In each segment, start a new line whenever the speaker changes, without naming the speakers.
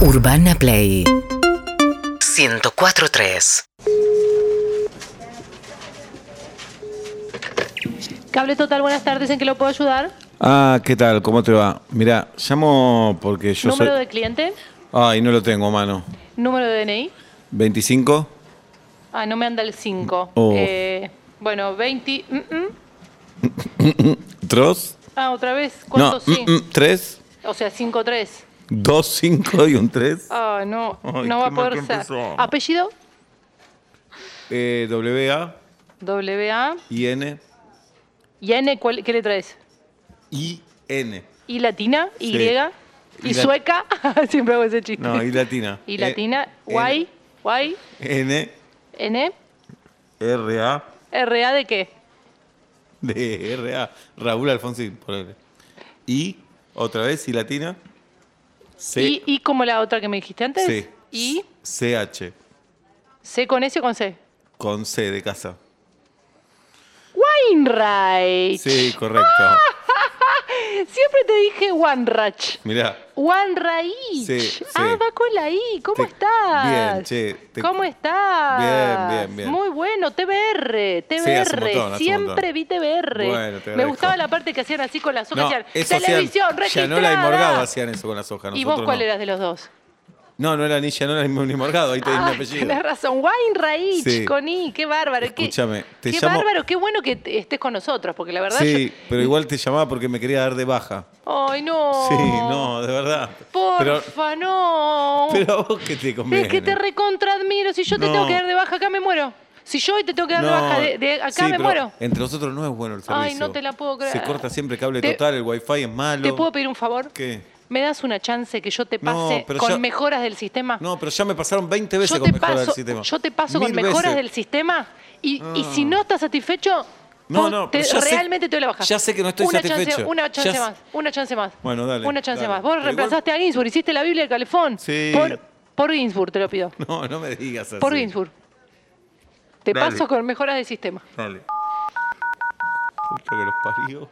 Urbana Play 104.3
Cable Total, buenas tardes, ¿en qué lo puedo ayudar?
Ah, ¿qué tal? ¿Cómo te va? Mira, llamo porque yo
¿Número
soy...
de cliente?
Ay, no lo tengo, mano.
¿Número de DNI?
¿25?
Ah, no me anda el 5.
Oh.
bueno, 20... mm, mm.
¿Tros?
Ah, otra vez,
No,
¿cuánto sí?
mm, mm, ¿tres?
O sea, 5-3.
¿Dos, cinco y un tres?
Ah, no,
Ay,
no va a
qué mal
poder
que
ser.
empezó.
¿Apellido?
Eh, W-A,
W-A.
I-N,
¿Y a N cuál- qué letra es?
I-N.
¿Y latina? ¿Y?
Sí.
griega?
Y
¿Y
la-
sueca? Siempre hago ese chiste.
No, I latina.
¿Y
Eh,
latina?
N-
¿Y? ¿Y?
N,
¿N?
R, A,
¿R-A de qué?
D, R, A. Raúl Alfonsín, ponele. I, otra vez, I latina. C,
¿Y, ¿Y como la otra que me dijiste antes?
Sí.
¿Y?
C-H,
¿C con S o con C?
con C de casa.
Wainwright.
Sí, correcto.
¡Ah! Siempre te dije Wainwright.
Mirá.
Wainwright.
Sí, sí.
Ah, va con la I. ¿Cómo
Te-
estás?
bien, che, te-
¿Cómo estás?
Bien, bien, bien.
Muy bueno. TBR. TBR.
hace un montón, hace un
Siempre
montón.
vi TBR.
Bueno, te
Me
agradezco.
gustaba la parte que hacían así con las hojas.
No,
hacían,
eso hacían-
Televisión
Gianola
registrada.
y Morgado hacían eso con las hojas.
¿Y
nosotros
vos cuál
no.
eras de los dos?
No, no era ni Gianola ni Morgado, ahí te di Este mi
Ah,
apellido.
tenés razón, Wainwright,
Sí.
con I, qué bárbaro. qué-
Escúchame, te
qué,
llamo-
bárbaro, qué bueno que te- estés con nosotros, porque la verdad
Sí,
yo-
pero igual te llamaba porque me quería dar de baja.
Ay, no.
Sí, no, de verdad. Pero,
Porfa, no.
pero a vos que te conviene.
es que te recontraadmiro. Si yo te
No.
tengo que dar de baja, acá me muero. Si yo hoy te tengo que dar de
No,
baja, de, de acá
sí,
me
pero
muero.
Entre nosotros no es bueno el servicio.
Ay, no te la puedo creer.
Se corta siempre cable
Te-
total, el wifi es malo.
¿Te puedo pedir un favor?
¿Qué?
¿Me das una chance que yo te
No,
pase
pero
con
ya-
mejoras del sistema?
No, pero ya me pasaron 20 veces
yo
con
te,
mejorar
paso,
el sistema.
yo te paso con
Mil
mejoras
veces.
del sistema y, y si no estás satisfecho,
No,
pon-
no,
te-
pero ya sé-
realmente te doy la baja.
ya sé que no estoy
una Chance,
satisfecho.
una
Ya
chance
sé-
más, una chance más.
Bueno, dale,
Una chance
dale.
más. Vos
Pero
reemplazaste a Ginsburg, hiciste la Biblia del Calefón.
Sí.
Por, por Ginsburg, te lo pido.
No, no me digas así.
Por Ginsburg. Te
Dale.
paso con mejoras del sistema.
Dale. Puta que los parió.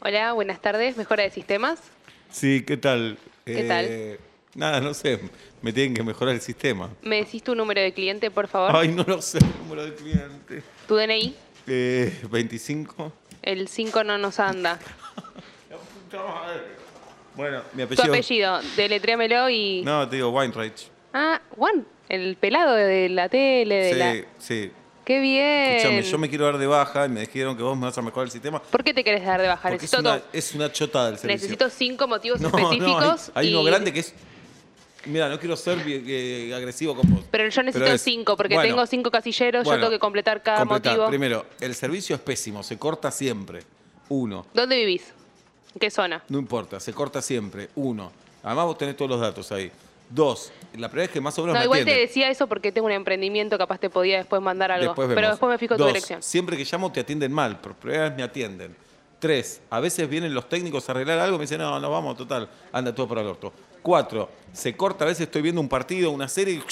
Hola, buenas tardes, mejora de sistemas.
Sí, ¿qué tal?
¿Qué
tal? Nada, no sé. Me tienen que mejorar el sistema.
¿Me decís tu número de cliente, por favor?
Ay, no lo sé, el número de cliente.
Tu DNI,
Eh, 25.
el 5 no nos anda.
Bueno, mi
Tu
apellido.
apellido, deletréamelo y...
No, te digo Weinreich.
Ah, Juan, el pelado de la tele, de
sí,
la... Eh.
sí.
¡Qué bien!
Escuchame, yo me quiero dar de baja y me dijeron que vos me vas a mejorar el sistema.
¿Por qué te querés dar de baja?
Porque es
Necesito,
una,
dos-
es una chotada del servicio.
necesito cinco motivos
No, no, hay-
específicos.
hay,
y-
uno grande que es. Mira, no quiero ser eh, agresivo con vos.
Pero yo necesito
es-
cinco, porque
bueno,
tengo cinco casilleros,
bueno,
yo tengo que completar cada
completá.
motivo.
Primero, el servicio es pésimo, se corta siempre. Uno.
¿Dónde vivís? ¿En qué zona?
No importa, se corta siempre. Uno. Además vos tenés todos los datos ahí. Dos. La primera es que más o menos
No,
me
igual te
atienden.
decía eso porque tengo un emprendimiento, capaz te podía después mandar algo.
Después
pero
vemos.
después me fijo
Dos,
tu dirección.
Siempre que llamo te atienden mal, por primera vez me atienden. Tres, a veces vienen los técnicos a arreglar algo y me dicen, no, no vamos, total, anda todo para el orto. Cuatro, se corta, a veces estoy viendo un partido, una serie y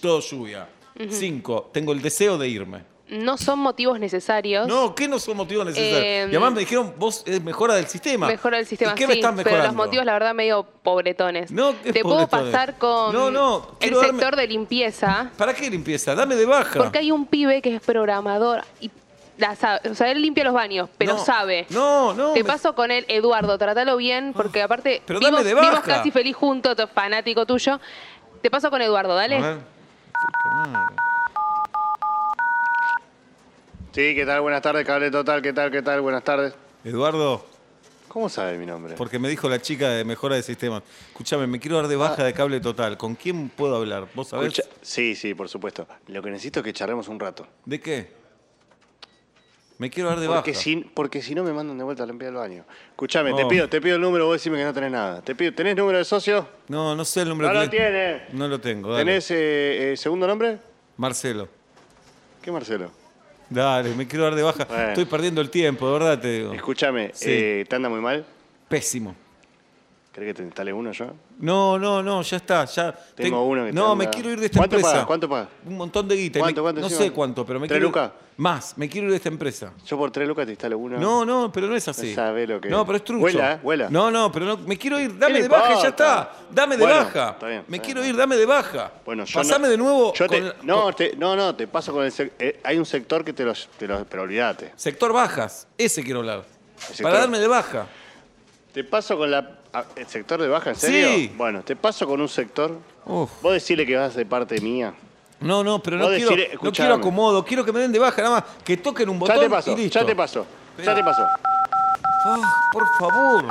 todo lluvia. Cinco, tengo el deseo de irme.
No son motivos necesarios.
No, ¿qué no son motivos necesarios?
Eh,
y además me dijeron, vos es mejora del sistema.
Mejora el sistema.
¿Y qué me
sí,
estás mejorando?
Pero los motivos, la verdad, medio pobretones.
No, ¿qué
Te puedo
pobretones?
pasar con
No, no,
el
quiero darme-
sector de limpieza.
¿Para qué limpieza? Dame de baja.
Porque hay un pibe que es programador y la sabe. O sea, él limpia los baños, pero
No,
sabe.
No, no.
Te
me- Ah,
paso con él, Eduardo, trátalo bien, porque aparte
Pero
vimos,
dame de baja.
vimos casi feliz juntos, to- fanático tuyo. Te paso con Eduardo,
A
dale.
ver. Puta madre.
Sí, ¿qué tal? Buenas tardes, Cable Total. ¿Qué tal? ¿Qué tal? Buenas tardes.
Eduardo.
¿Cómo sabe mi nombre?
Porque me dijo la chica de mejora de sistemas, escúchame, me quiero dar de
Ah.
baja de cable total. ¿Con quién puedo hablar? ¿Vos sabés?
Escucha- Sí, sí, por supuesto. Lo que necesito es que charlemos un rato.
¿De qué? Me quiero dar de
Porque
baja.
si, porque si no me mandan de vuelta a limpiar el baño. Escúchame, te
Oh.
pido, te pido el número, vos decime que no tenés nada. Te pido, ¿tenés número de socio?
No, no sé el nombre
No
de
lo tiene.
No lo tengo, dale.
¿Tenés eh, eh, segundo nombre?
Marcelo.
¿Qué Marcelo?
Dale, me quiero dar de baja.
Bueno.
Estoy perdiendo el tiempo, de verdad te digo.
Escúchame,
Sí.
eh, ¿te anda muy mal?
Pésimo.
¿Querés que te instale uno yo?
No, no, no, ya está. Ya
Tengo
Ten-
uno que te
No,
anda-
me quiero ir de esta
¿Cuánto
empresa.
paga? ¿Cuánto paga?
Un montón de guita.
¿Cuánto,
Me-
cuánto
no
encima?
sé cuánto, pero me
¿Tres
quiero.
lucas?
Más, me quiero ir de esta empresa.
Yo por tres lucas te instalo uno.
No, no, pero no es así.
No sabe lo que
No,
es.
pero es trucho.
Vuela, eh, vuela.
No, no, pero no, me quiero ir, dame
le
de baja, ya
importa?
está. Dame de
Bueno,
baja.
está bien, está
me
bien.
quiero ir, dame de baja.
Bueno, yo
Pasame
no-
de nuevo.
yo te-
con-
no,
con-
te, no, no, te paso con el sec- eh, hay un sector que te los, te los- pero olvídate.
Sector bajas, ese quiero hablar.
sector-
Para darme de baja.
Te paso con la ah, el sector de baja, ¿en
Sí.
serio? Bueno, te paso con un sector.
Uf.
Vos decirle que vas de parte mía.
No, no, pero no
Vos
quiero,
decirle,
no
escuchame.
quiero acomodo, quiero que me den de baja, nada más que toquen un botón
ya te paso,
y listo.
ya te paso. Ya te paso.
Ah, por favor,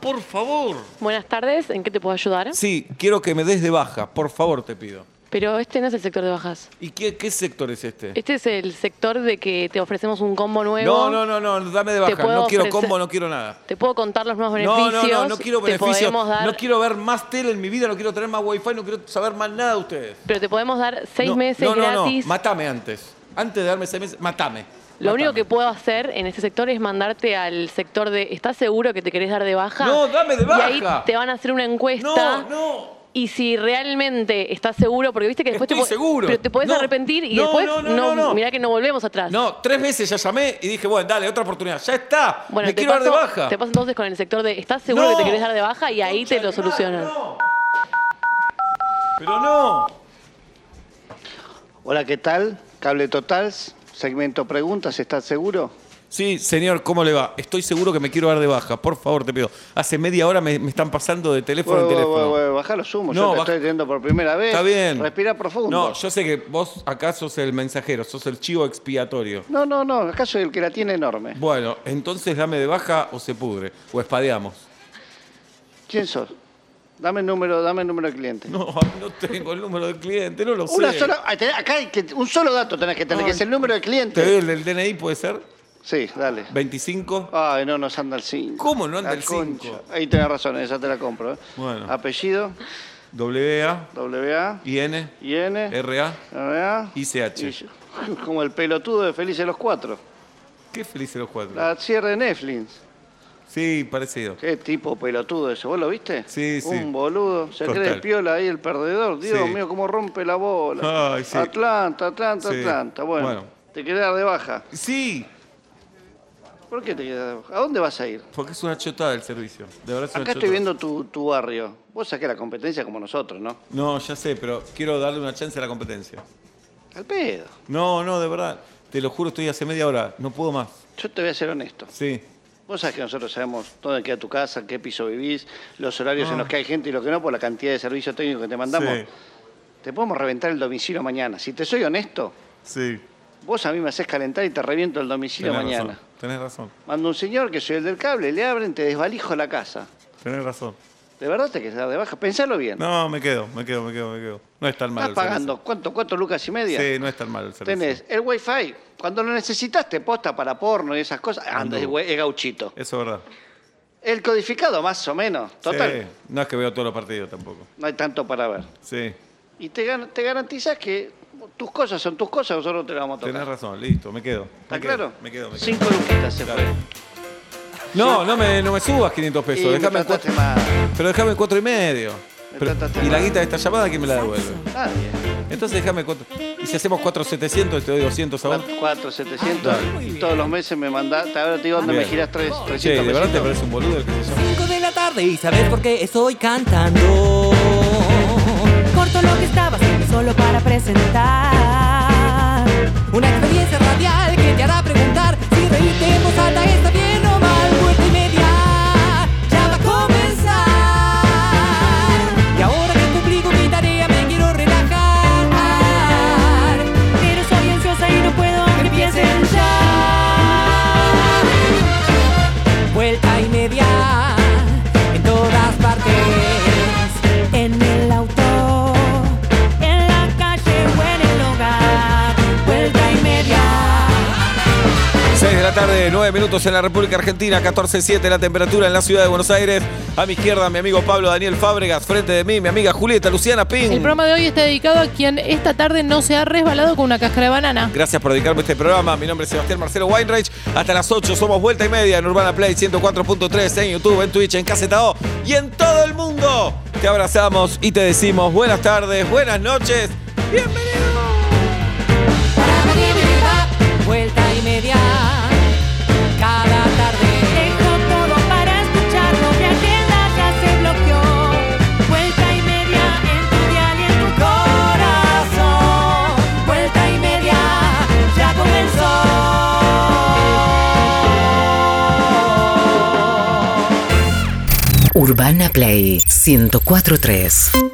por favor.
Buenas tardes, ¿en qué te puedo ayudar?
Sí, quiero que me des de baja, por favor te pido.
Pero este no es el sector de bajas.
¿Y qué, qué sector es este?
Este es el sector de que te ofrecemos un combo nuevo.
No, no, no, no, dame de
Te
baja. No
puedo
quiero
ofrecer-
combo, no quiero nada.
Te puedo contar los nuevos
No,
beneficios.
no, no, no quiero
Te
beneficios.
podemos dar,
No quiero ver más tele en mi vida, no quiero tener más wifi, no quiero saber más nada de ustedes.
Pero te podemos dar seis
No,
meses
no, no,
gratis.
No, matame antes. Antes de darme seis meses, matame.
Lo único
Matame.
que puedo hacer en este sector es mandarte al sector de ¿estás seguro que te querés dar de baja?
No, dame de
Y ahí
baja.
te van a hacer una encuesta.
No, no.
Y si realmente estás seguro, porque viste que después
Estoy
te po-
seguro.
Pero te podés
No.
arrepentir y
No,
después
no, no, no, no.
mirá que no volvemos atrás.
No, tres veces ya llamé y dije, bueno, dale, otra oportunidad. Ya está.
Bueno,
Me
te
quiero
paso,
dar de baja.
te paso entonces con el sector de ¿estás seguro que te
No.
querés dar de baja? Y ahí te lo
Concha de
solucionan.
madre, no. Pero no.
Hola, ¿qué tal? Cable Totals, segmento preguntas, ¿estás seguro?
Sí, señor, ¿cómo le va? Estoy seguro que me quiero dar de baja. Por favor, te pido. Hace media hora me, me están pasando de teléfono en
Ué, ué,
teléfono.
ué, ué, Bajá los humos,
No,
yo te
baja-
estoy teniendo por primera vez.
Está bien.
Respira profundo.
No, yo sé que vos acá sos el mensajero, sos el chivo expiatorio.
no, no, no, acá soy el que la tiene enorme.
Bueno, entonces dame de baja o se pudre, o espadeamos.
¿Quién sos? Dame el número, dame el número de cliente.
No, no tengo el número de cliente, no lo sé.
Una sola, ah, tenés- acá hay que, un solo dato tenés que tener, que es el número de
¿Te doy
cliente.
el del DNI, puede ser?
Sí, dale.
¿25?
Ay, no, nos anda el 5.
¿Cómo no anda el cinco?
Ahí tenés razón, esa te la compro. ¿eh?
Bueno.
Apellido,
WA,
WA,
IN,
IN,
RA,
RA,
ICH.
y- Como el pelotudo de Felices los Cuatro.
Qué felices los cuatro.
La cierre de Netflix.
Sí, parecido.
Qué tipo pelotudo ese, ¿vos lo viste?
Sí, sí.
Un boludo, se
Total.
cree el piola ahí el perdedor. Dios
Sí.
mío, cómo rompe la bola.
Ay, sí.
Atlanta, Atlanta,
Sí.
Atlanta. Bueno,
Bueno.
te querés dar de baja.
Sí,
¿Por qué te querés dar de baja? ¿A dónde vas a ir?
porque es una chotada el servicio. De verdad es una
Acá estoy
chotada.
viendo tu, tu barrio. Vos saqué la competencia como nosotros, ¿no?
No, ya sé, pero quiero darle una chance a la competencia.
Al pedo.
No, no, de verdad. Te lo juro, estoy hace media hora. No puedo más.
Yo te voy a ser honesto.
Sí.
Vos sabés que nosotros sabemos dónde queda tu casa, en qué piso vivís, los horarios en los que hay gente y lo que no, por la cantidad de servicio técnico que te mandamos.
Ah. Sí.
Te podemos reventar el domicilio mañana. Si te soy honesto,
Sí.
vos a mí me haces calentar y te reviento el domicilio
Tenés
mañana.
razón. Tenés razón.
Mando un señor que soy el del cable, le abren, te desvalijo la casa.
Tenés razón.
¿De verdad te querés dar de baja? Pensalo bien.
No, me quedo, me quedo, me quedo, me quedo. No es tan malo.
Estás
el
pagando, ¿cuánto? ¿Cuatro lucas y media?
servicio. Sí, no es tan malo el servicio.
Tenés el wifi. Cuando lo necesitaste, posta para porno y esas cosas, anda,
Anduvo.
es we- es gauchito.
Eso es verdad.
El codificado, más o menos. Total,
Sí. No es que veo todos los partidos tampoco.
no hay tanto para ver.
Sí.
Y te, gan- te garantizas que tus cosas son tus cosas, nosotros no te las vamos a tocar.
Tenés razón, listo, me quedo.
¿Está
Me quedo,
claro?
Me quedo, me quedo.
Cinco luquitas se fue.
No, no me, no me subas 500 pesos.
Y me
Dejame en
trataste
cuatro-
mal.
pero déjame cuatro y medio.
Me
Pero-
trataste
y la
mal.
guita de esta llamada, ¿quién me la devuelve?
Nadie.
Entonces déjame cuatro. Y si hacemos 4,700, te doy 200 a vos.
Cuatro, cuatro, 700. Y todos los meses me mandaste. Ahora te digo dónde
Bien.
me giras tres,
Che,
300
de verdad te
pesitos.
parece un boludo el que se llama.
5 de la tarde y sabes por qué estoy cantando.
Corto lo que estaba haciendo solo para presentar.
Una experiencia radial que te hará preguntar si reírte en voz alta está bien o mal. Vuelta y media, ya va a comenzar. Y ahora que cumplí con mi tarea me quiero relajar.
Pero soy ansiosa y no puedo que empiecen ya.
Vuelta y media, en todas partes.
tarde, 9 minutos en la República Argentina, 14.7 la temperatura en la ciudad de Buenos Aires. A mi izquierda, mi amigo Pablo Daniel Fábregas, frente de mí, mi amiga Julieta Luciana Pin.
El programa de hoy está dedicado a quien esta tarde no se ha resbalado con una cáscara de banana.
Gracias por dedicarme este programa. Mi nombre es Sebastián Marcelo Weinreich. Hasta las 8 somos vuelta y media en Urbana Play 104.3, en YouTube, en Twitch, en Casetao y en todo el mundo. Te abrazamos y te decimos buenas tardes, buenas noches. Bienvenidos.
Vuelta y media, cada tarde.
Dejo todo para escuchar, no mi agenda ya se bloqueó. Vuelta y media en tu dial y en tu corazón.
Vuelta y media, ya comenzó.
Urbana Play 1043.